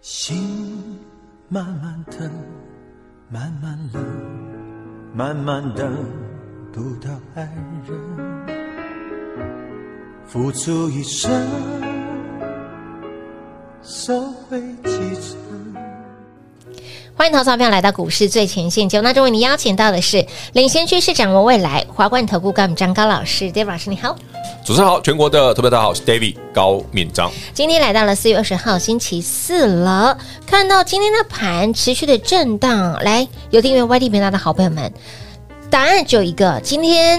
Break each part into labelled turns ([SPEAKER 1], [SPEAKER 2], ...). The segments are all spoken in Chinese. [SPEAKER 1] 心慢慢疼，慢慢冷，慢慢等不到爱人，付出一生，收回几成。
[SPEAKER 2] 欢迎投资票来到股市最前线节目，那中为你邀请到的是领先趋势、掌握未来华冠投顾高敏章高老师，David 老师你好。
[SPEAKER 3] 主持人好，全国的特别大家好，我是 David 高敏章。
[SPEAKER 2] 今天来到了四月二十号星期四了，看到今天的盘持续的震荡，来有订阅 YT 频道的好朋友们，答案只有一个，今天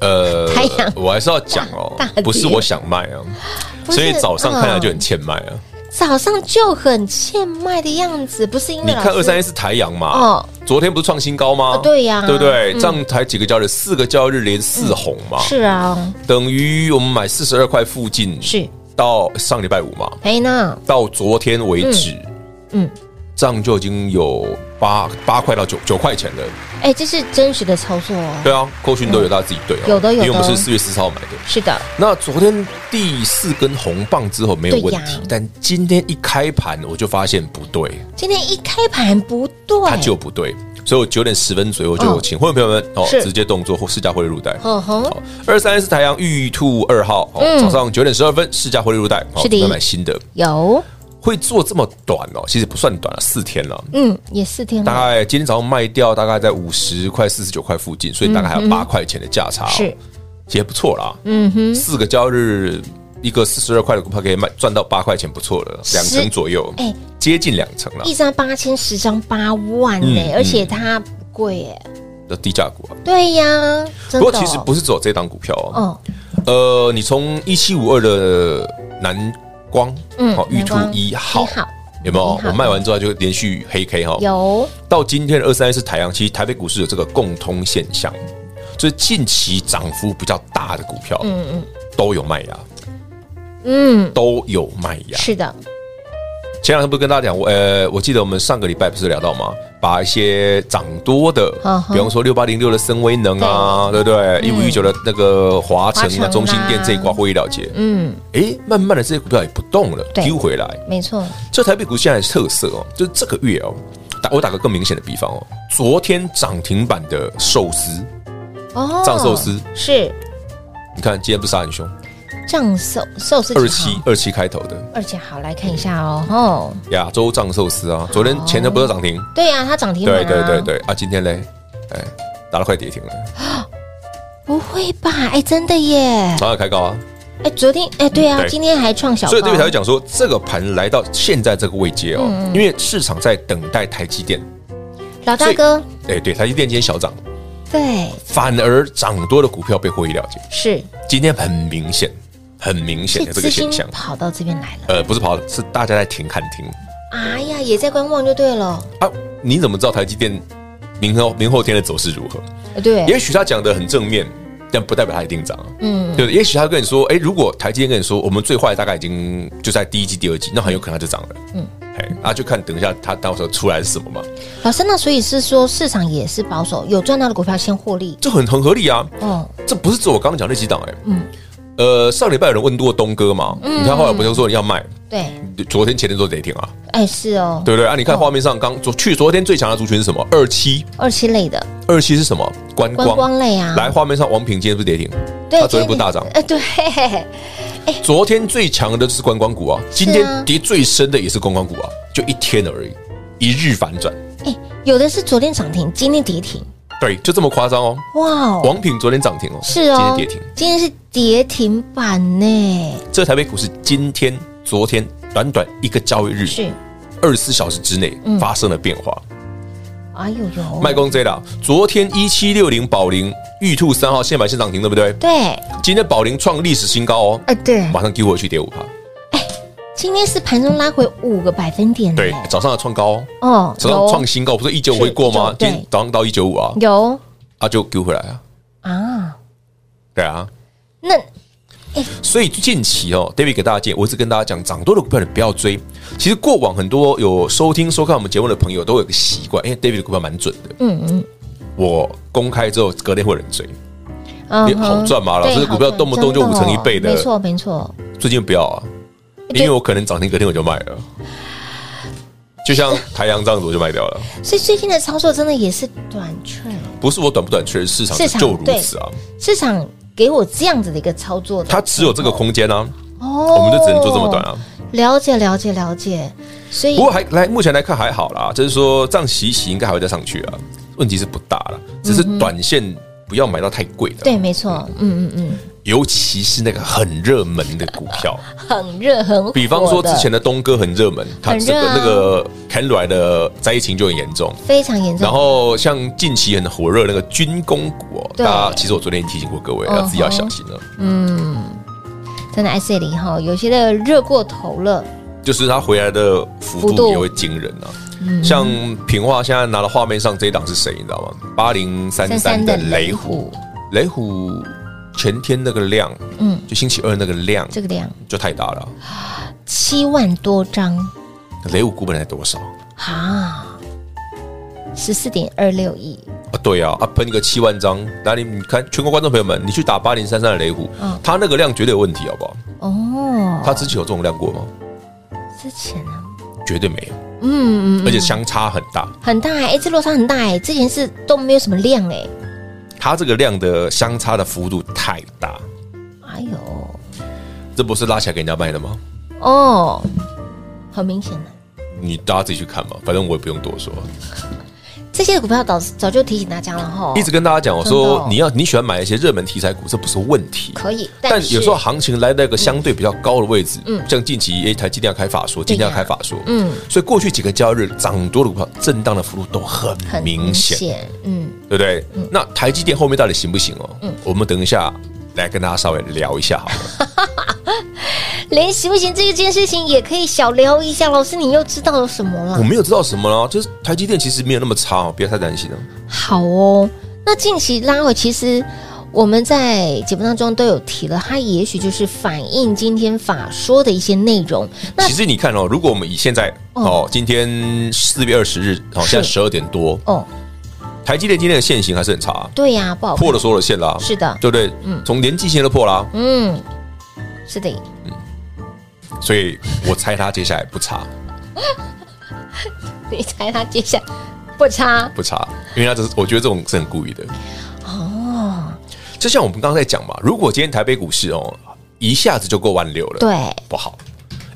[SPEAKER 3] 呃
[SPEAKER 2] 太阳，
[SPEAKER 3] 我还是要讲哦
[SPEAKER 2] 大大跌，
[SPEAKER 3] 不是我想卖啊，
[SPEAKER 2] 不是
[SPEAKER 3] 所以早上看起来就很欠卖啊。
[SPEAKER 2] 早上就很欠卖的样子，不是因为嗯
[SPEAKER 3] 你
[SPEAKER 2] 哎老
[SPEAKER 3] 看
[SPEAKER 2] 师
[SPEAKER 3] 二三一是台阳嘛，
[SPEAKER 2] 哦
[SPEAKER 3] 昨天不是创新高吗
[SPEAKER 2] 哦？对呀
[SPEAKER 3] 对不对？
[SPEAKER 2] 嗯
[SPEAKER 3] 这样才几个交易日，四个交易日连四红嘛，
[SPEAKER 2] 是啊，
[SPEAKER 3] 等于我们买四十二块附近，
[SPEAKER 2] 是
[SPEAKER 3] 到上礼拜五嘛，
[SPEAKER 2] 哎那
[SPEAKER 3] 到昨天为止，
[SPEAKER 2] 嗯嗯
[SPEAKER 3] 这样就已经有八八块到九九块钱了。
[SPEAKER 2] 哎这是真实的操作哦，
[SPEAKER 3] 对啊，扣讯都有大家自己对哦，
[SPEAKER 2] 有的有的
[SPEAKER 3] 因为我们是四月十四号买的。
[SPEAKER 2] 是的，
[SPEAKER 3] 那昨天第四根红棒之后没有问
[SPEAKER 2] 对
[SPEAKER 3] 题
[SPEAKER 2] 呀，
[SPEAKER 3] 但今天一开盘我就发现不对，
[SPEAKER 2] 今天一开盘不对，
[SPEAKER 3] 它就不对，所以我九点十分左右就
[SPEAKER 2] 哦
[SPEAKER 3] 请会员朋友们哦
[SPEAKER 2] 是
[SPEAKER 3] 直接动作或市价汇率入袋。
[SPEAKER 2] 哦吼，
[SPEAKER 3] 好，二三是台阳玉兔二号，哦
[SPEAKER 2] 嗯
[SPEAKER 3] 早上九点十二分市价汇率入袋，好
[SPEAKER 2] 是的
[SPEAKER 3] 准备买新的，哦
[SPEAKER 2] 有
[SPEAKER 3] 会做这么短哦，其实不算短了，四天了。
[SPEAKER 2] 嗯也四天
[SPEAKER 3] 大
[SPEAKER 2] 了，
[SPEAKER 3] 概今天早上卖掉，大概在五十块、四十九块附近，所以大概还有八块钱的价差、哦，
[SPEAKER 2] 嗯是
[SPEAKER 3] 也不错啦。
[SPEAKER 2] 嗯哼，
[SPEAKER 3] 四个交易日，一个四十二块的股票可以卖赚到八块钱，不错了，
[SPEAKER 2] 是
[SPEAKER 3] 两成左右，
[SPEAKER 2] 哎
[SPEAKER 3] 接近两成了
[SPEAKER 2] 一张八千，十张八万呢、
[SPEAKER 3] 啊嗯
[SPEAKER 2] 而且它不贵哎、
[SPEAKER 3] 的低价股啊。
[SPEAKER 2] 对呀，真的哦、
[SPEAKER 3] 不过其实不是只有这档股票哦，
[SPEAKER 2] 哦，
[SPEAKER 3] 呃，你从一七五二的南光，
[SPEAKER 2] 嗯
[SPEAKER 3] 好，玉兔
[SPEAKER 2] 南光
[SPEAKER 3] 一号
[SPEAKER 2] 一号，
[SPEAKER 3] 有没有？
[SPEAKER 2] 一号
[SPEAKER 3] 我卖完之后就连续黑 K 哈，
[SPEAKER 2] 有
[SPEAKER 3] 到今天的二三一是台阳，其实台北股市有这个共通现象，就是近期涨幅比较大的股票，嗯嗯，都有卖压，
[SPEAKER 2] 嗯，
[SPEAKER 3] 都有卖压。
[SPEAKER 2] 是的，
[SPEAKER 3] 前两天不是跟大家讲，我呃，我记得我们上个礼拜不是聊到吗？把一些涨多的
[SPEAKER 2] 嗯，哼嗯
[SPEAKER 3] 比方说六八零六的深威能啊，对不对？一五一九的那个华
[SPEAKER 2] 华
[SPEAKER 3] 晨
[SPEAKER 2] 城啊
[SPEAKER 3] 啊、中心店这一挂获利了结，
[SPEAKER 2] 嗯，
[SPEAKER 3] 诶，慢慢的这些股票也不动了，
[SPEAKER 2] 对
[SPEAKER 3] 丢回来。
[SPEAKER 2] 没错，
[SPEAKER 3] 这台北股现在的特色哦，就是这个月哦，打我打个更明显的比方哦，昨天涨停板的寿司，
[SPEAKER 2] 哦，
[SPEAKER 3] 藏寿司
[SPEAKER 2] 是
[SPEAKER 3] 你看今天不是杀很凶，
[SPEAKER 2] 啊藏寿寿司
[SPEAKER 3] 二七二七开头的
[SPEAKER 2] 而且好来看一下哦，哦，
[SPEAKER 3] 亚洲藏寿司啊，昨天前天不是涨停？
[SPEAKER 2] 对呀、它涨停板、
[SPEAKER 3] 对
[SPEAKER 2] 哦啊，
[SPEAKER 3] 对对，对啊，今天嘞，哎，打到快跌停了，
[SPEAKER 2] 不会吧？哎，真的耶，
[SPEAKER 3] 马上开高啊！
[SPEAKER 2] 哎，昨天哎，对啊，
[SPEAKER 3] 嗯对
[SPEAKER 2] 今天还创小高，
[SPEAKER 3] 所以对才会讲说，这个盘来到现在这个位阶哦，
[SPEAKER 2] 嗯
[SPEAKER 3] 因为市场在等待台积电。
[SPEAKER 2] 啊老大哥，
[SPEAKER 3] 哎，对，台积电今天小涨，
[SPEAKER 2] 对，
[SPEAKER 3] 反而涨多的股票被获利了结。
[SPEAKER 2] 是
[SPEAKER 3] 今天很明显，很明显
[SPEAKER 2] 是
[SPEAKER 3] 的这
[SPEAKER 2] 资
[SPEAKER 3] 个
[SPEAKER 2] 金
[SPEAKER 3] 现象。
[SPEAKER 2] 跑到这边来了，
[SPEAKER 3] 呃，不是跑了，是大家在停看停
[SPEAKER 2] 哎呀，也在观望就对了，
[SPEAKER 3] 啊！你怎么知道台积电明后明后天的走势如何？
[SPEAKER 2] 哎对，
[SPEAKER 3] 也许他讲的很正面，但不代表他一定涨啊。
[SPEAKER 2] 嗯，
[SPEAKER 3] 对，也许他跟你说，哎、如果台积电跟你说，我们最坏大概已经就在第一季、第二季，那很有可能它就涨了。嗯，哎，啊，就看等一下它到时候出来是什么嘛，
[SPEAKER 2] 老师，那所以是说市场也是保守，有赚到的股票先获利。
[SPEAKER 3] 这很很合理啊。
[SPEAKER 2] 哦，
[SPEAKER 3] 这不是只有我刚刚讲那几档哎、嗯，呃，上礼拜有人问过东哥嘛，
[SPEAKER 2] 嗯
[SPEAKER 3] 你看后来不是说你要卖，
[SPEAKER 2] 对，
[SPEAKER 3] 昨天前天做跌停啊，
[SPEAKER 2] 哎是哦，
[SPEAKER 3] 对不对啊？你看画面上刚昨去昨天最强的族群是什么？二七
[SPEAKER 2] 二期类的
[SPEAKER 3] 二七是什么？观
[SPEAKER 2] 观
[SPEAKER 3] 光。
[SPEAKER 2] 光类啊，
[SPEAKER 3] 来，画面上王品今天不是跌停，
[SPEAKER 2] 对，
[SPEAKER 3] 它昨天不
[SPEAKER 2] 今
[SPEAKER 3] 大涨。
[SPEAKER 2] 哎对，
[SPEAKER 3] 昨天最强的就是观光股啊，今天跌最深的也是观光股啊，就一天而已，一日反转，
[SPEAKER 2] 哎，有的是昨天涨停，今天跌停，
[SPEAKER 3] 对，就这么夸张哦。
[SPEAKER 2] 哇哦，
[SPEAKER 3] 王品昨天涨停哦，嗯
[SPEAKER 2] 是哦，
[SPEAKER 3] 今天跌停，
[SPEAKER 2] 今天是跌停板呢，
[SPEAKER 3] 这台北股市今天昨天短短一个交易日，
[SPEAKER 2] 是，嗯
[SPEAKER 3] 二十四小时之内发生了变化。
[SPEAKER 2] 哎呦呦，
[SPEAKER 3] 卖公 Z 啦，昨天一七六零宝林玉兔三号现买现涨停，对不对？
[SPEAKER 2] 对，
[SPEAKER 3] 今天宝林创历史新高哦，
[SPEAKER 2] 哎对，
[SPEAKER 3] 马上丢回去跌五趴。
[SPEAKER 2] 今天是盘中拉回五个百分点，
[SPEAKER 3] 对，早上的创高哦，
[SPEAKER 2] 哦，
[SPEAKER 3] 早上创新高，不是一九会过吗
[SPEAKER 2] 是？
[SPEAKER 3] 今
[SPEAKER 2] 对
[SPEAKER 3] 天早上到一九五啊，
[SPEAKER 2] 有有
[SPEAKER 3] 啊就丢回来啊，
[SPEAKER 2] 啊，
[SPEAKER 3] 对啊。
[SPEAKER 2] 那
[SPEAKER 3] 所以近期哦，David 给大家建议，我一直跟大家讲，涨多的股票你不要追。其实过往很多有收听、收看我们节目的朋友都有个习惯，因为 David 的股票蛮准的，
[SPEAKER 2] 嗯嗯
[SPEAKER 3] 我公开之后隔天会有人追。
[SPEAKER 2] 嗯
[SPEAKER 3] 你
[SPEAKER 2] 哼，
[SPEAKER 3] 好赚嘛老师
[SPEAKER 2] 对
[SPEAKER 3] 股票
[SPEAKER 2] 好赚
[SPEAKER 3] 动不动
[SPEAKER 2] 真
[SPEAKER 3] 就
[SPEAKER 2] 的哦
[SPEAKER 3] 五成一倍的
[SPEAKER 2] 没错没错，
[SPEAKER 3] 最近不要啊，因为我可能涨停隔天我就卖了，就像台阳这样子我就卖掉了。
[SPEAKER 2] 所以最近的操作真的也是短缺，
[SPEAKER 3] 不是我短不短缺，市场
[SPEAKER 2] 市场
[SPEAKER 3] 就如此啊，
[SPEAKER 2] 市场给我这样子的一个操作的，
[SPEAKER 3] 它只有这个空间啊，
[SPEAKER 2] 哦
[SPEAKER 3] 我们就只能做这么短啊。
[SPEAKER 2] 了解了解了解，所以
[SPEAKER 3] 不过还来目前来看还好啦，就是说这样洗一洗应该还会再上去啊，问题是不大了，只
[SPEAKER 2] 嗯
[SPEAKER 3] 是短线不要买到太贵的，啊
[SPEAKER 2] 对，没错，嗯嗯嗯，
[SPEAKER 3] 尤其是那个很热门的股票，
[SPEAKER 2] 很热很火的，
[SPEAKER 3] 比方说之前的东哥很热门，它
[SPEAKER 2] 很
[SPEAKER 3] 这
[SPEAKER 2] 热
[SPEAKER 3] 个
[SPEAKER 2] 啊
[SPEAKER 3] 那个 Can 来的灾情就很严重。
[SPEAKER 2] 非常严重，
[SPEAKER 3] 然后像近期很火热那个军工股哦，
[SPEAKER 2] 对
[SPEAKER 3] 大家其实我昨天也提醒过各位，
[SPEAKER 2] 嗯
[SPEAKER 3] 要自己要小心了。
[SPEAKER 2] 真的 S 零哈，有些的热过头了，
[SPEAKER 3] 就是它回来的幅
[SPEAKER 2] 幅
[SPEAKER 3] 度
[SPEAKER 2] 度嗯
[SPEAKER 3] 也会惊人啊。像平化现在拿到画面上这一档是谁，你知道吗？八零三三的雷虎，
[SPEAKER 2] 虎，
[SPEAKER 3] 雷虎前天那个量，
[SPEAKER 2] 嗯，
[SPEAKER 3] 就星期二那个量
[SPEAKER 2] 这个量
[SPEAKER 3] 就太大了。啊
[SPEAKER 2] 七万多张
[SPEAKER 3] 雷虎股本才多少
[SPEAKER 2] 啊，十四点二六亿，
[SPEAKER 3] 啊？对啊，啊喷一个七万张，那你你看全国观众朋友们，你去打八零三三的雷虎
[SPEAKER 2] 嗯，
[SPEAKER 3] 它那个量绝对有问题，好不好？
[SPEAKER 2] 哦，
[SPEAKER 3] 它之前有这种量过吗？
[SPEAKER 2] 之前呢，
[SPEAKER 3] 绝对没有，
[SPEAKER 2] 嗯嗯，嗯
[SPEAKER 3] 而且相差很大。
[SPEAKER 2] 很大哎、欸，这落差很大哎、之前是都没有什么量哎、
[SPEAKER 3] 它这个量的相差的幅度太大，
[SPEAKER 2] 哎呦，
[SPEAKER 3] 这不是拉起来给人家卖的吗？
[SPEAKER 2] 哦，很明显的。
[SPEAKER 3] 你大家自己去看嘛，反正我也不用多说。
[SPEAKER 2] 哦这些股票早早就提醒大家了哈，
[SPEAKER 3] 一直跟大家讲，我
[SPEAKER 2] 真的
[SPEAKER 3] 说
[SPEAKER 2] 哦
[SPEAKER 3] 你要你喜欢买一些热门题材股，这不是问题。
[SPEAKER 2] 可以，
[SPEAKER 3] 但
[SPEAKER 2] 是
[SPEAKER 3] 有时候行情来到一个相对比较高的位置，
[SPEAKER 2] 嗯
[SPEAKER 3] 像近期哎诶，台积电要开法说，今天要开法说，
[SPEAKER 2] 嗯
[SPEAKER 3] 所以过去几个交易日涨多的股票，震荡的幅度都很
[SPEAKER 2] 很
[SPEAKER 3] 明
[SPEAKER 2] 明
[SPEAKER 3] 显，
[SPEAKER 2] 显，嗯，
[SPEAKER 3] 对不对？那台积电后面到底行不行哦？我们等一下来跟大家稍微聊一下 好了。
[SPEAKER 2] 连行不行这件事情也可以小聊一下。老师，你又知道了什么
[SPEAKER 3] 我
[SPEAKER 2] 了？
[SPEAKER 3] 没有知道什么了，就是台积电其实没有那么差哦，不要太担心了。
[SPEAKER 2] 好哦，那近期拉回，其实我们在节目当中都有提了，它也许就是反映今天法说的一些内容。那嗯
[SPEAKER 3] 其实你看哦，如果我们以现在哦，今天四月二十日，哦，现在十二点多，
[SPEAKER 2] 哦，
[SPEAKER 3] 台积电今天的线型还是很差啊、
[SPEAKER 2] 对呀、不好看
[SPEAKER 3] 破了所有的线啦、
[SPEAKER 2] 是的，
[SPEAKER 3] 对不对？从连季线都破啦、
[SPEAKER 2] 嗯，是的，
[SPEAKER 3] 所以我猜它接下来不差，
[SPEAKER 2] 你猜它接下来不差
[SPEAKER 3] 不差，因为它这是我觉得这种是很故意的。
[SPEAKER 2] 哦？
[SPEAKER 3] 就像我们刚刚在讲嘛，如果今天台北股市哦一下子就过万六了，，
[SPEAKER 2] 对，
[SPEAKER 3] 不好，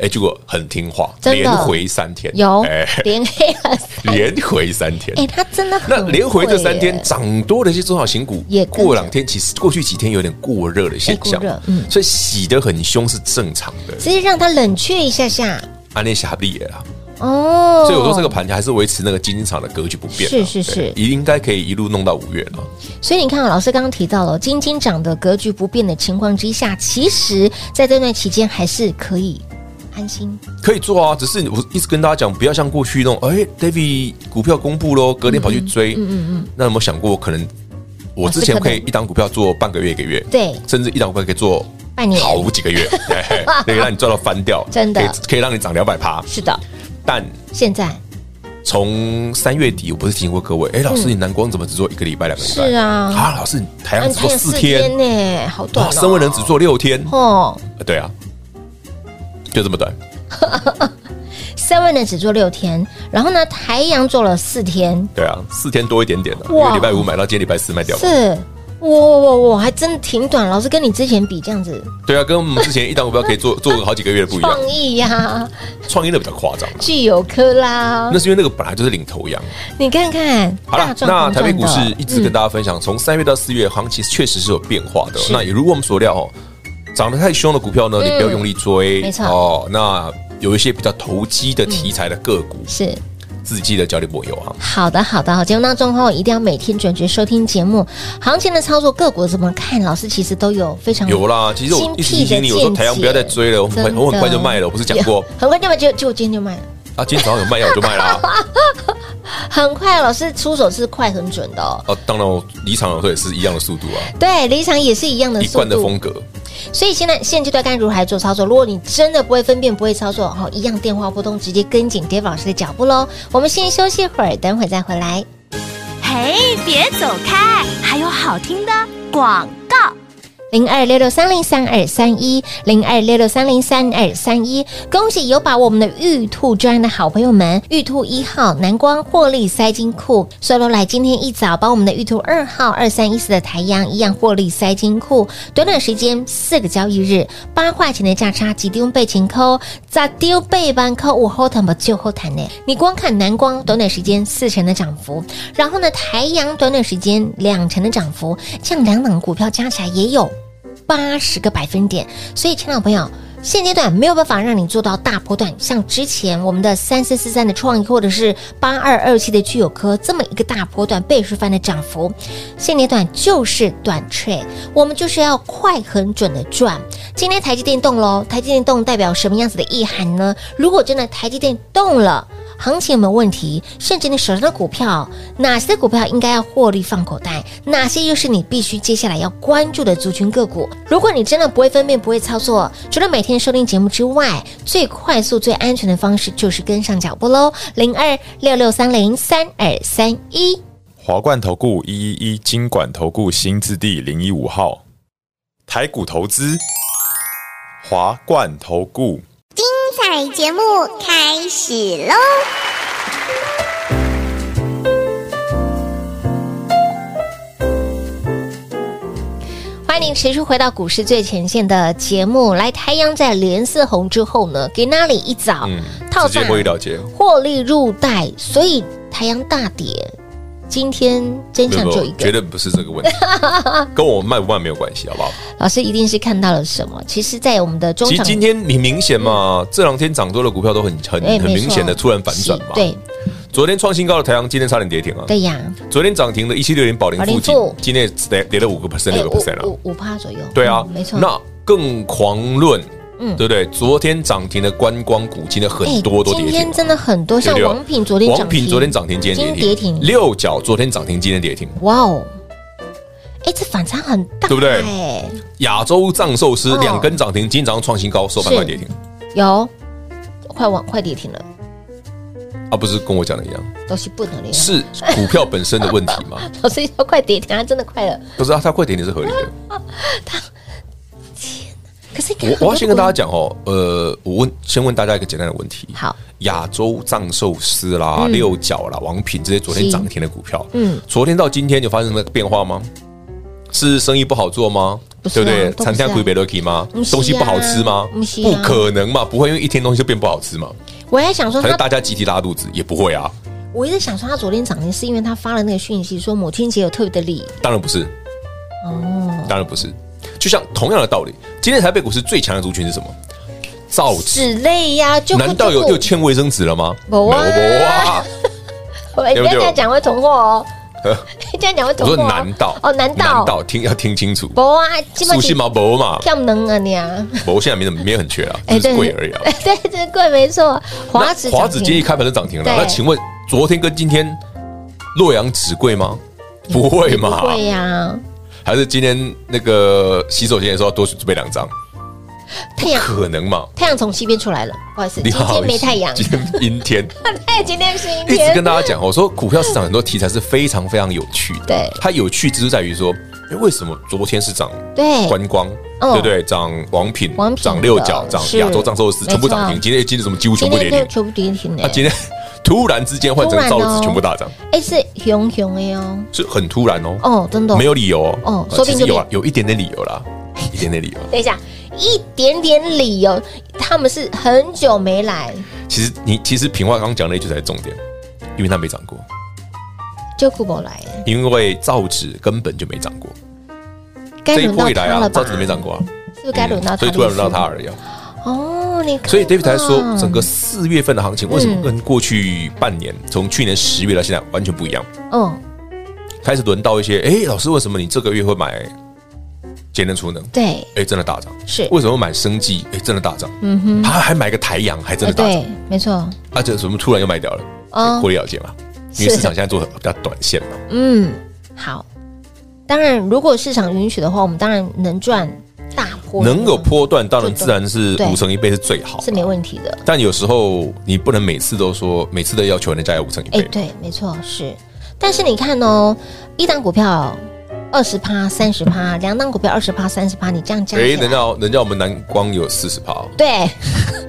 [SPEAKER 3] 哎，结果很听话，
[SPEAKER 2] 真的
[SPEAKER 3] 连回三天，
[SPEAKER 2] 有
[SPEAKER 3] 哎，
[SPEAKER 2] 连黑了 三，
[SPEAKER 3] 连回三天。
[SPEAKER 2] 哎，它真的
[SPEAKER 3] 那
[SPEAKER 2] 很
[SPEAKER 3] 连回这三
[SPEAKER 2] 会
[SPEAKER 3] 天
[SPEAKER 2] 耶
[SPEAKER 3] 涨多的一些中小型股
[SPEAKER 2] 也，跟着
[SPEAKER 3] 过两天其实过去几天有点过热的现
[SPEAKER 2] 哎
[SPEAKER 3] 象
[SPEAKER 2] 过热，嗯
[SPEAKER 3] 所以洗得很凶是正常的，啊
[SPEAKER 2] 只是让它冷却一下下
[SPEAKER 3] 安内下利也啦。
[SPEAKER 2] 哦。
[SPEAKER 3] 所以我说这个盘还是维持那个金金厂的格局不变啊，
[SPEAKER 2] 是是是
[SPEAKER 3] 对应该可以一路弄到五月了。
[SPEAKER 2] 所以你看啊，老师刚刚提到了金金涨的格局不变的情况之下，其实在这段期间还是可以安心。
[SPEAKER 3] 可以做啊，只是我一直跟大家讲，不要像过去那种，哎、d a v i d 股票公布喽，隔天跑去追，嗯嗯嗯，那有没有想过，可能我之前
[SPEAKER 2] 啊是可
[SPEAKER 3] 可
[SPEAKER 2] 能
[SPEAKER 3] 以一档股票做半个月、一个月，
[SPEAKER 2] 对，
[SPEAKER 3] 甚至一档股票可以做
[SPEAKER 2] 半年
[SPEAKER 3] 好几个 月，嘿嘿可以让你赚到翻掉，
[SPEAKER 2] 真的
[SPEAKER 3] 可以可以让你涨两百趴。
[SPEAKER 2] 是的，
[SPEAKER 3] 但
[SPEAKER 2] 现
[SPEAKER 3] 哎
[SPEAKER 2] 在
[SPEAKER 3] 从三月底，我不是提醒过各位，哎、老师，你南光怎么只做一个礼拜、两个礼拜？
[SPEAKER 2] 嗯是啊
[SPEAKER 3] 啊，老师，你台阳
[SPEAKER 2] 安
[SPEAKER 3] 只做
[SPEAKER 2] 排有
[SPEAKER 3] 四天，
[SPEAKER 2] 呢、好短
[SPEAKER 3] 哇，
[SPEAKER 2] 哦。
[SPEAKER 3] 深威能只做六天，
[SPEAKER 2] 哦，
[SPEAKER 3] 呃对啊，就这么短。
[SPEAKER 2] 三位呢只做六天，然后呢台阳做了四天，
[SPEAKER 3] 对啊，四天多一点点的、因
[SPEAKER 2] 哇
[SPEAKER 3] 为礼拜五买到，今天礼拜四卖掉嘛。
[SPEAKER 2] 是。哇哇哇哇，还真挺短。老师跟你之前比这样子，
[SPEAKER 3] 对啊，跟我们之前一档股票可 以做做个好几个月的不一样，
[SPEAKER 2] 创意呀、
[SPEAKER 3] 创意的比较夸张，
[SPEAKER 2] 具有科啦
[SPEAKER 3] 那，是因为那个本来就是领头羊。
[SPEAKER 2] 你看看，
[SPEAKER 3] 好了
[SPEAKER 2] 大，赚
[SPEAKER 3] 那
[SPEAKER 2] 特赚
[SPEAKER 3] 台北股
[SPEAKER 2] 的嗯
[SPEAKER 3] 市一直跟大家分享，从三月到四月行情确实是有变化的哦。
[SPEAKER 2] 是嗯
[SPEAKER 3] 那也如我们所料哦，涨得太凶的股票呢，你不要用力追，
[SPEAKER 2] 没错
[SPEAKER 3] 哦。那有一些比较投机的题材的个股，
[SPEAKER 2] 是。
[SPEAKER 3] 自己的焦点不有啊。
[SPEAKER 2] 好的，好的，好。节目当中后一定要每天准时收听节目，行情的操作个股怎么看？老师其实都有非常
[SPEAKER 3] 有啦，其实我一直提醒你，我说台阳不要再追了，我很快我很快就卖了，我不是讲过，
[SPEAKER 2] 很快就卖，就就今天就卖了，
[SPEAKER 3] 啊？今天早上有卖药我就卖啦。
[SPEAKER 2] 很快。老师出手是快很准的哦。
[SPEAKER 3] 啊，当然我离场的时候也是一样的速度啊，
[SPEAKER 2] 对，离场也是一样的
[SPEAKER 3] 一
[SPEAKER 2] 速
[SPEAKER 3] 贯的
[SPEAKER 2] 度
[SPEAKER 3] 风，格。
[SPEAKER 2] 所以现在现阶段该如何来做操作？如果你真的不会分辨、不会操作，哈、一样电话拨通，直接跟紧 Dave 老师的脚步喽。我们先休息一会儿，等会再回来。
[SPEAKER 4] 嘿，别走开，还有好听的广告。
[SPEAKER 2] 零二六六三零三二三一，零二六六三零三二三一。恭喜有把握我们的玉兔专案的好朋友们，玉兔一号南光获利塞金库，收罗来今天一早把我们的玉兔二号二三一四的台阳一样获利塞金库，短短时间四个交易日，八块钱的价差，几丢被前扣，咋丢背板扣，我后谈不就后谈呢？你光看南光短短时间四成的涨幅，然后呢台阳短短时间两成的涨幅，这样两档股票加起来也有。八十个百分点。所以，亲爱的朋友，现阶段没有办法让你做到大波段，像之前我们的三四四三的创意，或者是八二二七的具有科这么一个大波段倍数翻的涨幅，现阶段就是短 trade，我们就是要快很准的赚。今天台积电动喽，台积电动代表什么样子的意涵呢？如果真的台积电动了。行情有没有问题？甚至你手上的股票，哪些股票应该要获利放口袋？哪些又是你必须接下来要关注的族群个股？如果你真的不会分辨、不会操作，除了每天收听节目之外，最快速、最安全的方式就是跟上脚步喽。零二六六三零三二三一。
[SPEAKER 5] 华冠投顾一一一金管投顾新字第零一五号，台股投资，华冠投顾。
[SPEAKER 6] 彩节目开始喽！
[SPEAKER 2] 欢迎您持续回到股市最前线的节目。来，太阳在连四红之后呢，给那里一早、
[SPEAKER 3] 嗯，
[SPEAKER 2] 套
[SPEAKER 3] 直接
[SPEAKER 2] 上
[SPEAKER 3] 获利了结。
[SPEAKER 2] 获利入袋，所以太阳大跌。今天真
[SPEAKER 3] 没有
[SPEAKER 2] 相
[SPEAKER 3] 没
[SPEAKER 2] 只有
[SPEAKER 3] 有
[SPEAKER 2] 一，
[SPEAKER 3] 绝
[SPEAKER 2] 个，
[SPEAKER 3] 对不是这 个问题，跟我卖不卖没有关系，好不好？
[SPEAKER 2] 老师一定是看到了什么。其实，在我们的中
[SPEAKER 3] 其实
[SPEAKER 2] 场，
[SPEAKER 3] 今天你明显嘛，这两天涨多的股票都很很
[SPEAKER 2] 哎
[SPEAKER 3] 很
[SPEAKER 2] 没错
[SPEAKER 3] 明显的突然反转
[SPEAKER 2] 是
[SPEAKER 3] 嘛。，嗯
[SPEAKER 2] 对
[SPEAKER 3] 昨天创新高的台阳，今天差点跌停啊。
[SPEAKER 2] 对呀，
[SPEAKER 3] 昨天涨停的一七六零宝林附近
[SPEAKER 2] 宝林富，
[SPEAKER 3] 今天跌跌了五个 percent
[SPEAKER 2] 哎
[SPEAKER 3] 六个 percent 啊。
[SPEAKER 2] 五五五趴左右，
[SPEAKER 3] 对啊
[SPEAKER 2] 嗯，没错。
[SPEAKER 3] 那更狂论，
[SPEAKER 2] 嗯
[SPEAKER 3] 对不对？昨天涨停的观光股，今天很
[SPEAKER 2] 哎
[SPEAKER 3] 多都跌
[SPEAKER 2] 今
[SPEAKER 3] 停
[SPEAKER 2] 天
[SPEAKER 3] 了。
[SPEAKER 2] 真的很多，像
[SPEAKER 3] 对不对
[SPEAKER 2] 王品昨天涨停，
[SPEAKER 3] 王品昨天涨停，今
[SPEAKER 2] 今
[SPEAKER 3] 天跌
[SPEAKER 2] 天
[SPEAKER 3] 停。
[SPEAKER 2] 跌停
[SPEAKER 3] 六角昨天涨停，今天跌停。
[SPEAKER 2] 哇哦，哎，这反差很大，
[SPEAKER 3] 对不对
[SPEAKER 2] 哎，
[SPEAKER 3] 亚洲藏寿司
[SPEAKER 2] 哦
[SPEAKER 3] 两根涨停，今天早上创新高，收盘
[SPEAKER 2] 是
[SPEAKER 3] 快跌停
[SPEAKER 2] 有快往快跌停了，
[SPEAKER 3] 啊！不是跟我讲的一样，
[SPEAKER 2] 都是不能的。
[SPEAKER 3] 是股票本身的问题 吗？
[SPEAKER 2] 老师要快跌停，它真的快了。
[SPEAKER 3] 不是啊，它快跌停是合理的。
[SPEAKER 2] 可是你看
[SPEAKER 3] 我我要先跟大家
[SPEAKER 2] 家
[SPEAKER 3] 讲哦，呃，我问先问大家一个简单的问题。
[SPEAKER 2] 好，
[SPEAKER 3] 亚洲藏寿司啦、
[SPEAKER 2] 嗯
[SPEAKER 3] 六角啦、王品这些昨天
[SPEAKER 2] 是
[SPEAKER 3] 涨停的股票，
[SPEAKER 2] 嗯，
[SPEAKER 3] 昨天到今天有发生那个变化吗？是生意不好做吗？
[SPEAKER 2] 不是啊
[SPEAKER 3] 对
[SPEAKER 2] 都不是啊
[SPEAKER 3] 餐厅亏北 lucky 吗
[SPEAKER 2] 不是啊？
[SPEAKER 3] 东西不好吃吗？
[SPEAKER 2] 不是啊
[SPEAKER 3] 可能嘛，不会因为一天东西就变不好吃嘛？
[SPEAKER 2] 我在想说
[SPEAKER 3] 还是
[SPEAKER 2] 他
[SPEAKER 3] 大家集体拉肚子也不会啊？
[SPEAKER 2] 我一直想说，他昨天涨停是因为他发了那个讯息，说母亲节有特别的礼
[SPEAKER 3] 当然不是，
[SPEAKER 2] 哦，
[SPEAKER 3] 当然不是。就像同样的道理，今天台北股市最强的族群是什么？造
[SPEAKER 2] 纸
[SPEAKER 3] 纸。
[SPEAKER 2] 类呀、就
[SPEAKER 3] 难道有有欠卫生纸了吗？
[SPEAKER 2] 没啊
[SPEAKER 3] 没啊
[SPEAKER 2] 喂，
[SPEAKER 3] 对
[SPEAKER 2] 不
[SPEAKER 3] 不
[SPEAKER 2] 要哎这
[SPEAKER 3] 对
[SPEAKER 2] 样讲会囤货哦，
[SPEAKER 3] 呃
[SPEAKER 2] 这样讲会
[SPEAKER 3] 我
[SPEAKER 2] 囤
[SPEAKER 3] 说
[SPEAKER 2] 货哦、
[SPEAKER 3] 难道
[SPEAKER 2] 哦，难道
[SPEAKER 3] 难道听要听清楚，
[SPEAKER 2] 不啊，基
[SPEAKER 3] 熟悉吗？不嘛，
[SPEAKER 2] 票能啊你啊，
[SPEAKER 3] 不现在没怎么没有很缺啊，就是贵而已啊。
[SPEAKER 2] 哎对，这是贵没错，华子
[SPEAKER 3] 那华子今天一开盘就涨停了，
[SPEAKER 2] 对
[SPEAKER 3] 那请问昨天跟今天洛阳纸贵吗？
[SPEAKER 2] 嗯
[SPEAKER 3] 不会嘛？
[SPEAKER 2] 对呀，
[SPEAKER 3] 还是今天那个洗手间的时候要多准备两张？
[SPEAKER 2] 太阳
[SPEAKER 3] 可能嘛？
[SPEAKER 2] 太阳从西边出来了，不好意思，
[SPEAKER 3] 你
[SPEAKER 2] 今
[SPEAKER 3] 好
[SPEAKER 2] 天没太阳，
[SPEAKER 3] 今天阴天。
[SPEAKER 2] 哎，今天是阴
[SPEAKER 3] 一直
[SPEAKER 2] 天
[SPEAKER 3] 跟，大家讲，哦我说股票市场很多题材是非常非常有趣的。
[SPEAKER 2] 对
[SPEAKER 3] 它有趣之处在于说，哎，为什么昨天是涨
[SPEAKER 2] 对
[SPEAKER 3] 观光，
[SPEAKER 2] 哦
[SPEAKER 3] 对不对？涨王品
[SPEAKER 2] 王，品
[SPEAKER 3] 涨六角，
[SPEAKER 2] 的
[SPEAKER 3] 涨
[SPEAKER 2] 是
[SPEAKER 3] 亚洲藏寿
[SPEAKER 2] 没
[SPEAKER 3] 司，
[SPEAKER 2] 错
[SPEAKER 3] 全部涨停。今天今天怎么几乎全
[SPEAKER 2] 今
[SPEAKER 3] 部跌
[SPEAKER 2] 天
[SPEAKER 3] 停
[SPEAKER 2] 就？全部跌停
[SPEAKER 3] 它
[SPEAKER 2] 了，
[SPEAKER 3] 啊今天 突然之间换成
[SPEAKER 2] 突
[SPEAKER 3] 造
[SPEAKER 2] 然哦
[SPEAKER 3] 纸，全部大涨，
[SPEAKER 2] 哎是熊熊的哦，
[SPEAKER 3] 是很突然哦，
[SPEAKER 2] 哦真的哦
[SPEAKER 3] 没有理由哦。
[SPEAKER 2] 哦
[SPEAKER 3] 呃
[SPEAKER 2] 说不定
[SPEAKER 3] 其实
[SPEAKER 2] 就
[SPEAKER 3] 有啊有一点点理由啦，一点点理由。
[SPEAKER 2] 等一下，一点点理由，他们是很久没来，
[SPEAKER 3] 其实你其实平话刚讲那句才是重点，因为它没涨过，
[SPEAKER 2] 就顾不来，
[SPEAKER 3] 因为造纸根本就没涨过。
[SPEAKER 2] 该
[SPEAKER 3] 这一
[SPEAKER 2] 轮到
[SPEAKER 3] 波以来
[SPEAKER 2] 他了
[SPEAKER 3] 啊，
[SPEAKER 2] 吧
[SPEAKER 3] 造纸？没涨过啊，
[SPEAKER 2] 又该轮到他
[SPEAKER 3] 所
[SPEAKER 2] 律
[SPEAKER 3] 以
[SPEAKER 2] 师，
[SPEAKER 3] 突然轮到他而已啊。
[SPEAKER 2] 哦，你看啊
[SPEAKER 3] 所以 David 才说
[SPEAKER 2] 嘛，
[SPEAKER 3] 整个四月份的
[SPEAKER 2] 嗯
[SPEAKER 3] 行情为什么跟过去半年，从去年十月到现在完全不一样？
[SPEAKER 2] 哦，
[SPEAKER 3] 开始轮到一些，哎，老师，为什么你这个月会买节能储能？
[SPEAKER 2] 对，
[SPEAKER 3] 哎，真的大涨。
[SPEAKER 2] 是
[SPEAKER 3] 为什么买生技？哎，真的大涨。
[SPEAKER 2] 嗯哼，
[SPEAKER 3] 他还买个台阳，还真
[SPEAKER 2] 哎
[SPEAKER 3] 的大涨。
[SPEAKER 2] 对，没错，
[SPEAKER 3] 啊，这怎么突然又卖掉了？
[SPEAKER 2] 哦
[SPEAKER 3] 获利了结嘛，因为
[SPEAKER 2] 是
[SPEAKER 3] 市场现在做的比较短线嘛。
[SPEAKER 2] 嗯，好。当然，如果市场允许的话，我们当然能赚大波，
[SPEAKER 3] 能有波段，当然自然是
[SPEAKER 2] 对
[SPEAKER 3] 五成一倍是最好，
[SPEAKER 2] 是没问题的。
[SPEAKER 3] 但有时候你不能每次都说，每次都要求人家有五成一
[SPEAKER 2] 哎、
[SPEAKER 3] 倍。
[SPEAKER 2] 对，没错，是。但是你看哦，一档股票二十趴、三十趴，两档股票二十趴、三十趴，你这样加
[SPEAKER 3] 哎，
[SPEAKER 2] 起来，
[SPEAKER 3] 人家人家我们南光有四十趴，
[SPEAKER 2] 对，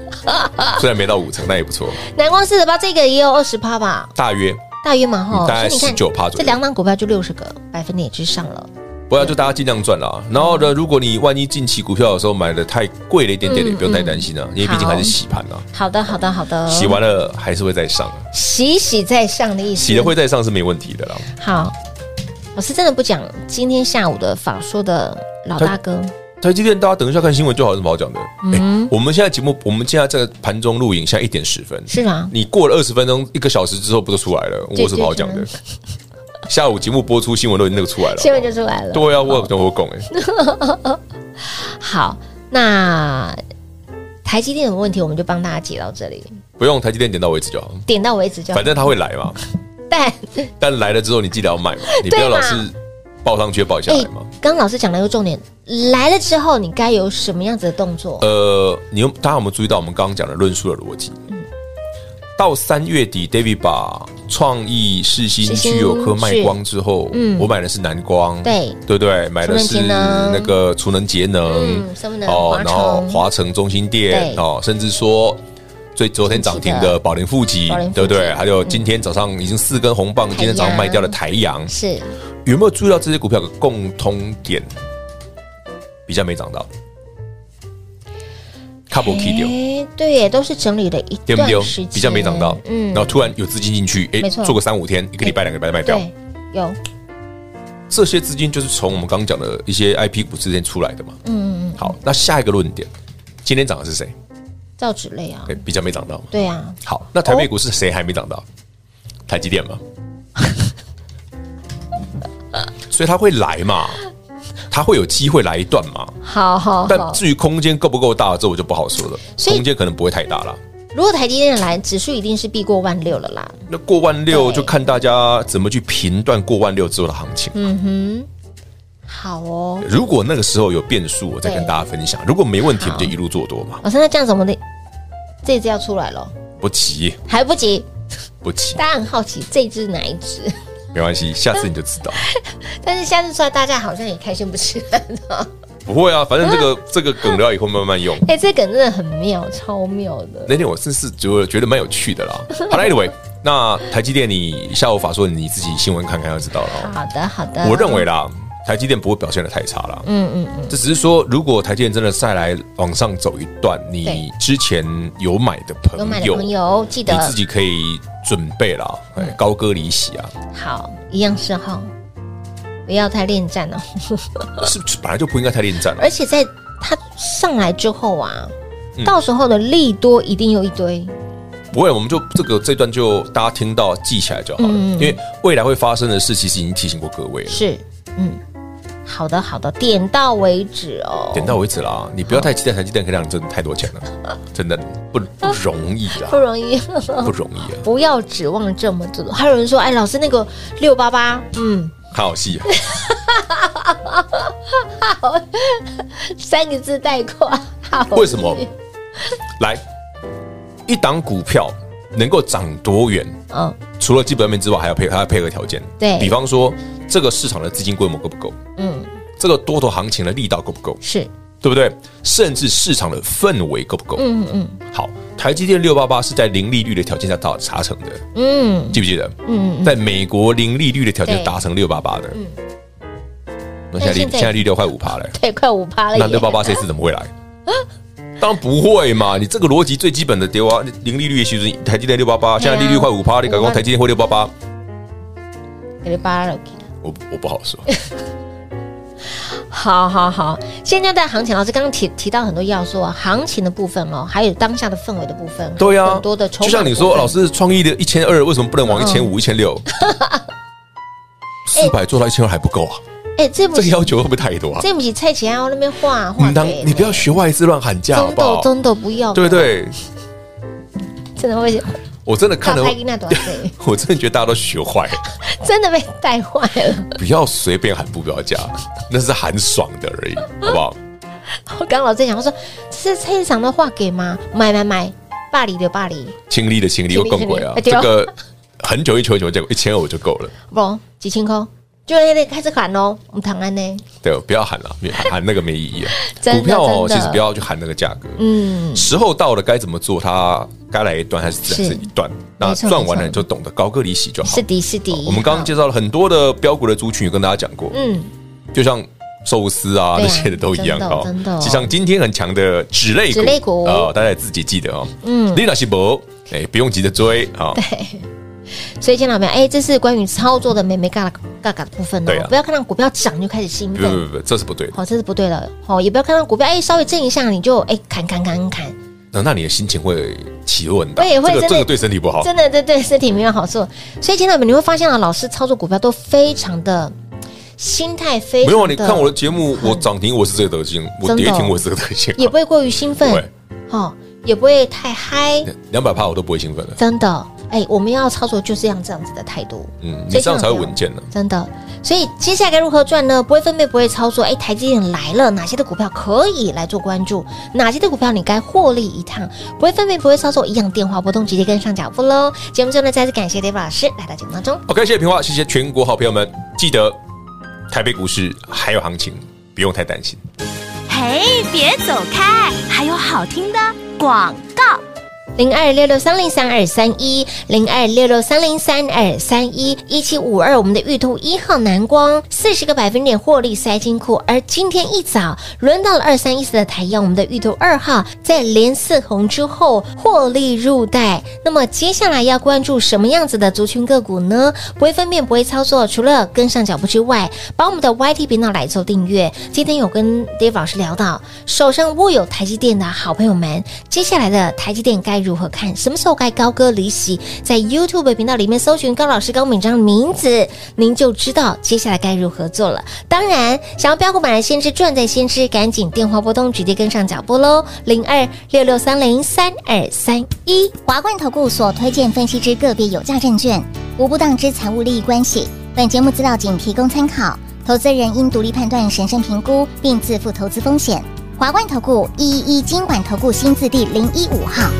[SPEAKER 3] 虽然没到五成，那也不错，
[SPEAKER 2] 南光四十八这个也有二十趴吧，
[SPEAKER 3] 大约。
[SPEAKER 2] 大约嘛哈、
[SPEAKER 3] 嗯大概
[SPEAKER 2] 所以你看
[SPEAKER 3] 19%左右
[SPEAKER 2] 这两档股票就六十个百分点之上了。
[SPEAKER 3] 不要就大家尽量赚啦。然后呢，如果你万一近期股票的时候买的太贵了一点点，
[SPEAKER 2] 嗯
[SPEAKER 3] 也不用太担心啊，因为毕竟还是洗盘啊，
[SPEAKER 2] 好的，好的，好嗯的，
[SPEAKER 3] 洗完了还是会再上啊，
[SPEAKER 2] 洗洗再上的意思，
[SPEAKER 3] 洗了会再上是没问题的啦。
[SPEAKER 2] 好。老师真的不讲今天下午的法说的老大哥，
[SPEAKER 3] 台积电，大家等一下看新闻就好，有什么好讲的？
[SPEAKER 2] 嗯
[SPEAKER 3] 哎，我们现在节目，我们现在在盘中录影，现在一点十分，
[SPEAKER 2] 是啊，
[SPEAKER 3] 你过了二十分钟、一个小时之后，不就出来了？我
[SPEAKER 2] 对
[SPEAKER 3] 有什么好讲的
[SPEAKER 2] 对？
[SPEAKER 3] 下午节目播出，新闻都已经那个出来 了。
[SPEAKER 2] 新闻就出来了。
[SPEAKER 3] 对啊，我我拱哎，
[SPEAKER 2] 好，那台积电的问题我们就帮大家解到这里，
[SPEAKER 3] 不用台积电点到为止就好，
[SPEAKER 2] 点到为止就好
[SPEAKER 3] 反。正它会来嘛。
[SPEAKER 2] 但
[SPEAKER 3] 但来了之后，你记得要 卖嘛，你不
[SPEAKER 2] 对
[SPEAKER 3] 要
[SPEAKER 2] 嘛
[SPEAKER 3] 老是报上去报下
[SPEAKER 2] 哎
[SPEAKER 3] 来嘛。，
[SPEAKER 2] 刚刚老师讲了一个重点，来了之后你该有什么样子的动作？
[SPEAKER 3] 呃，你有大家有没有注意到我们刚刚讲的论述的逻辑？
[SPEAKER 2] 嗯
[SPEAKER 3] 到三月底，David 把创意、世
[SPEAKER 2] 世
[SPEAKER 3] 新、
[SPEAKER 2] 新
[SPEAKER 3] 具有科卖光之后，
[SPEAKER 2] 嗯
[SPEAKER 3] 我买的是南光，
[SPEAKER 2] 对
[SPEAKER 3] 对不对？买的
[SPEAKER 2] 储能
[SPEAKER 3] 是
[SPEAKER 2] 节能
[SPEAKER 3] 那个储能节能
[SPEAKER 2] 嗯，什么呢华
[SPEAKER 3] 哦然后
[SPEAKER 2] 城
[SPEAKER 3] 华城中心
[SPEAKER 2] 对
[SPEAKER 3] 店哦，甚至说。最昨天涨停
[SPEAKER 2] 近期
[SPEAKER 3] 的
[SPEAKER 2] 的
[SPEAKER 3] 宝林富集
[SPEAKER 2] 宝林，富
[SPEAKER 3] 对不对？
[SPEAKER 2] 集
[SPEAKER 3] 还有今天早上已经四根红棒，
[SPEAKER 2] 台
[SPEAKER 3] 今天早上
[SPEAKER 2] 阳
[SPEAKER 3] 卖掉的台阳，
[SPEAKER 2] 是
[SPEAKER 3] 有没有注意到这些股票的共通点？比较没涨到 c o u p l key 掉，
[SPEAKER 2] 哎，对耶，都是整理了一
[SPEAKER 3] 对不
[SPEAKER 2] 段
[SPEAKER 3] 对
[SPEAKER 2] 时间，？
[SPEAKER 3] 比较没涨到，
[SPEAKER 2] 嗯
[SPEAKER 3] 然后突然有资金进去，哎
[SPEAKER 2] 没错，
[SPEAKER 3] 做个三五天，一个礼拜、两个礼拜卖掉，
[SPEAKER 2] 对，有，
[SPEAKER 3] 这些资金就是从我们刚刚讲的一些 IP 股之间出来的嘛。
[SPEAKER 2] 嗯，
[SPEAKER 3] 好，那下一个论点，今天涨的是谁？
[SPEAKER 2] 造纸类啊
[SPEAKER 3] 哎，，比较没涨到。
[SPEAKER 2] 对啊，
[SPEAKER 3] 好，那台北股市谁还没涨到？台积 电嘛。所以它会来嘛，它会有机会来一段嘛。
[SPEAKER 2] 好好
[SPEAKER 3] 但
[SPEAKER 2] 哦好。
[SPEAKER 3] 至于空间够不够大，这我就不好说了。
[SPEAKER 2] 所以
[SPEAKER 3] 空间可能不会太大了。
[SPEAKER 2] 如果台积电来，指数一定是必过万六了啦。
[SPEAKER 3] 那过万六
[SPEAKER 2] 对
[SPEAKER 3] 就看大家怎么去评断过万六之后的行情。
[SPEAKER 2] 嗯哼，好哦，
[SPEAKER 3] 如果那个时候有变数，我再跟
[SPEAKER 2] 对
[SPEAKER 3] 大家分享。如果没问题，
[SPEAKER 2] 好
[SPEAKER 3] 我们就一路做多嘛。
[SPEAKER 2] 老师，那这样子我们的这一只要出来了，
[SPEAKER 3] 不急，
[SPEAKER 2] 还不急，
[SPEAKER 3] 不急，
[SPEAKER 2] 大家很好奇这一只哪一只，
[SPEAKER 3] 没关系，下次你就知道。
[SPEAKER 2] 但是下次出来大家好像也开心不起来了。
[SPEAKER 3] 不会啊，反正这
[SPEAKER 2] 嗯
[SPEAKER 3] 个这个梗料以后慢慢用。
[SPEAKER 2] 哎、这梗真的很妙，超妙的。
[SPEAKER 3] 那天我真是觉得觉得蛮有趣的啦。好了，anyway，那台积电你下午法说你自己新闻看看就知道了哦。
[SPEAKER 2] 好的，好的，
[SPEAKER 3] 我认为啦，台积电不会表现的太差啦。
[SPEAKER 2] 嗯嗯嗯，
[SPEAKER 3] 这只是说，如果台积电真的再来往上走一段，你之前有买的朋
[SPEAKER 2] 有买的
[SPEAKER 3] 友，
[SPEAKER 2] 朋友记
[SPEAKER 3] 你
[SPEAKER 2] 得嗯
[SPEAKER 3] 自己可以准备啦，哎高歌离席啊，
[SPEAKER 2] 好，一样是哈，不要太恋战哦。
[SPEAKER 3] 是不是本来就不应该太啊恋战了
[SPEAKER 2] 而。且在它上来之后啊，
[SPEAKER 3] 嗯
[SPEAKER 2] 到时候的利多一定有一堆。
[SPEAKER 3] 不会，我们就这个这段就大家听到记起来就好了，
[SPEAKER 2] 嗯
[SPEAKER 3] 因为未来会发生的事，其实已经提醒过各位了。
[SPEAKER 2] 是，嗯，好的好的，点到为止哦。
[SPEAKER 3] 点到为止啦，你不要太期待台积电可以让你挣太多钱了，真的不不容易
[SPEAKER 2] 不
[SPEAKER 3] 啦，
[SPEAKER 2] 容易，
[SPEAKER 3] 不容易啊，
[SPEAKER 2] 不要指望这么多。还有人说，哎，老师那个六八八，嗯，
[SPEAKER 3] 好戏啊，
[SPEAKER 2] 三个字带过，好
[SPEAKER 3] 为 什么？来，一档股票能够涨多远，
[SPEAKER 2] 嗯，
[SPEAKER 3] 除了基本面之外，还要配还要配合条件。
[SPEAKER 2] 对
[SPEAKER 3] 比方说这个市场的资金规模够不够？
[SPEAKER 2] 嗯，
[SPEAKER 3] 这个多头行情的力道够不够？
[SPEAKER 2] 是，
[SPEAKER 3] 对不对？甚至市场的氛围够不够？
[SPEAKER 2] 嗯嗯
[SPEAKER 3] 好，台积电六八八是在零利率的条件下达达成的，
[SPEAKER 2] 嗯
[SPEAKER 3] 记不记得？
[SPEAKER 2] 嗯嗯，
[SPEAKER 3] 在美国零利率的条件
[SPEAKER 2] 对
[SPEAKER 3] 达成六八八的，那现在
[SPEAKER 2] 但
[SPEAKER 3] 利
[SPEAKER 2] 现在
[SPEAKER 3] 现在利率快五趴了，
[SPEAKER 2] 对，快五趴了耶，
[SPEAKER 3] 那六八八这次怎么会来？当然不会嘛！你这个逻辑最基本的丢啊，零利率的其实台积电六八八，
[SPEAKER 2] 啊
[SPEAKER 3] 现在利率快五趴，你敢
[SPEAKER 2] 五
[SPEAKER 3] 讲
[SPEAKER 2] 趴
[SPEAKER 3] 台积电会六八八？
[SPEAKER 2] 六八了。
[SPEAKER 3] 我我不好说。
[SPEAKER 2] 好好好，现在的行情，老师刚刚提提到很多要素啊，行情的部分哦，还有当下的氛围的部分，
[SPEAKER 3] 对 啊，
[SPEAKER 2] 很多的筹码嗯
[SPEAKER 3] 就像你
[SPEAKER 2] 部
[SPEAKER 3] 说，
[SPEAKER 2] 分
[SPEAKER 3] 老师创意的一千二为什么不能往一千五、一 千六？四百做到一千二还不够啊，
[SPEAKER 2] 哎，这不
[SPEAKER 3] 这个
[SPEAKER 2] 是
[SPEAKER 3] 要求会不会太多啊？
[SPEAKER 2] 这不是蔡奇安那边画画
[SPEAKER 3] 你当
[SPEAKER 2] 给
[SPEAKER 3] 你不要学外资乱喊价好
[SPEAKER 2] 真
[SPEAKER 3] 不
[SPEAKER 2] 的
[SPEAKER 3] 好？
[SPEAKER 2] 真的不要，
[SPEAKER 3] 对不，对？
[SPEAKER 2] 真的会
[SPEAKER 3] 我真的看
[SPEAKER 2] 大
[SPEAKER 3] 了，
[SPEAKER 2] 拍给那多岁，
[SPEAKER 3] 我真的觉得大家都学坏了，
[SPEAKER 2] 真的被带坏了。
[SPEAKER 3] 不要随便喊不标价，那是喊爽的而已，好不好？
[SPEAKER 2] 我刚老在讲，我说这是菜市场的话给吗？买买买，巴黎的巴黎，
[SPEAKER 3] 亲力的亲力又更贵啊，
[SPEAKER 2] 亲力的
[SPEAKER 3] 这
[SPEAKER 2] 亲力
[SPEAKER 3] 个很久一久一久，结果一千二我就够了。
[SPEAKER 2] 不几千块，就那个开始喊喽，我们谈安呢，
[SPEAKER 3] 对，不要喊了，没喊那个没意义啊。
[SPEAKER 2] 真的
[SPEAKER 3] 股票哦，
[SPEAKER 2] 真
[SPEAKER 3] 其
[SPEAKER 2] 的
[SPEAKER 3] 实不要去喊那个价格。
[SPEAKER 2] 嗯，
[SPEAKER 3] 时候到了，该怎么做，它该来一段还是自然
[SPEAKER 2] 是
[SPEAKER 3] 是一段。那
[SPEAKER 2] 没错
[SPEAKER 3] 赚完了
[SPEAKER 2] 没
[SPEAKER 3] 你
[SPEAKER 2] 错
[SPEAKER 3] 就懂得高歌离席就好。
[SPEAKER 2] 是的，是的
[SPEAKER 3] 好，我们刚刚介绍了很多的标股的族群，有跟大家讲过，
[SPEAKER 2] 嗯，
[SPEAKER 3] 就像寿司啊
[SPEAKER 2] 对啊
[SPEAKER 3] 那些的都一样
[SPEAKER 2] 真的真的哦
[SPEAKER 3] 就像今天很强的纸类股，
[SPEAKER 2] 纸类股
[SPEAKER 3] 哦，大家也自己记得哦。
[SPEAKER 2] 嗯
[SPEAKER 3] 你那是博，哎，不用急着追啊。
[SPEAKER 2] 所以，亲老朋友，哎，这是关于操作的美美嘎嘎嘎嘎的部分哦
[SPEAKER 3] 对啊，嗯
[SPEAKER 2] 不要看到股票涨就开始兴
[SPEAKER 3] 不不
[SPEAKER 2] 奋，
[SPEAKER 3] 不不，这是不对的。
[SPEAKER 2] 好，这是不对了，好，也不要看到股票哎稍微震一下你就哎砍砍砍砍，
[SPEAKER 3] 那那你的心情会起落很大，
[SPEAKER 2] 会会真
[SPEAKER 3] 这个
[SPEAKER 2] 的
[SPEAKER 3] 这个对身体不好。
[SPEAKER 2] 真的对对身体没有好处。所以，亲老们，你会发现啊，老师操作股票都非常的心态非常
[SPEAKER 3] 没有啊，
[SPEAKER 2] 的
[SPEAKER 3] 你看我的节目，我涨停我是这个德行，我
[SPEAKER 2] 真
[SPEAKER 3] 跌
[SPEAKER 2] 的哦
[SPEAKER 3] 停我是这个德行，
[SPEAKER 2] 也不会过于兴奋
[SPEAKER 3] 不会，
[SPEAKER 2] 哦，也不会太嗨，
[SPEAKER 3] 啊两百趴我都不会兴奋的。
[SPEAKER 2] 真的。哎，我们要操作就是这样这样子的态度，
[SPEAKER 3] 嗯，
[SPEAKER 2] 所
[SPEAKER 3] 你
[SPEAKER 2] 以
[SPEAKER 3] 这样才会
[SPEAKER 2] 听到
[SPEAKER 3] 稳
[SPEAKER 2] 没有
[SPEAKER 3] 健呢。
[SPEAKER 2] 真的。所以接下来该如何赚呢？不会分辨，不会操作。哎，台积电来了，哪些的股票可以来做关注？哪些的股票你该获利一趟？不会分辨，不会操作，一样电话波动，直接跟上脚步喽。节目最后呢，再次感谢 David 老师来到节目当中。
[SPEAKER 3] OK，谢谢平话，谢谢全国好朋友们，记得台北股市还有行情，不用太担心。
[SPEAKER 6] 嘿，别走开，还有好听的广告。
[SPEAKER 2] 零二六六三零三二三一，零二六六三零三二三一，一七五二，我们的玉兔一号蓝光四十个百分点获利塞金库，而今天一早轮到了二三一四的台阳，我们的玉兔二号在连四红之后获利入袋。那么接下来要关注什么样子的族群个股呢？不会分辨，不会操作，除了跟上脚步之外，把我们的 YT 频道来做订阅。今天有跟 Dave 老师聊到，手上握有台积电的好朋友们，接下来的台积电该如何看？什么时候该高歌离席？在 YouTube 频道里面搜寻高老师高敏章的名字，您就知道接下来该如何做了。当然，想要标股买来先知赚在先知，赶紧电话拨通，直接跟上脚步喽，零二六六三零三二三一。
[SPEAKER 6] 华冠投顾所推荐分析之个别有价证券，无不当之财务利益关系。本节目资料仅提供参考，投资人应独立判断、审慎评估，并自负投资风险。华冠投顾一一一金管投顾新字第零一五号。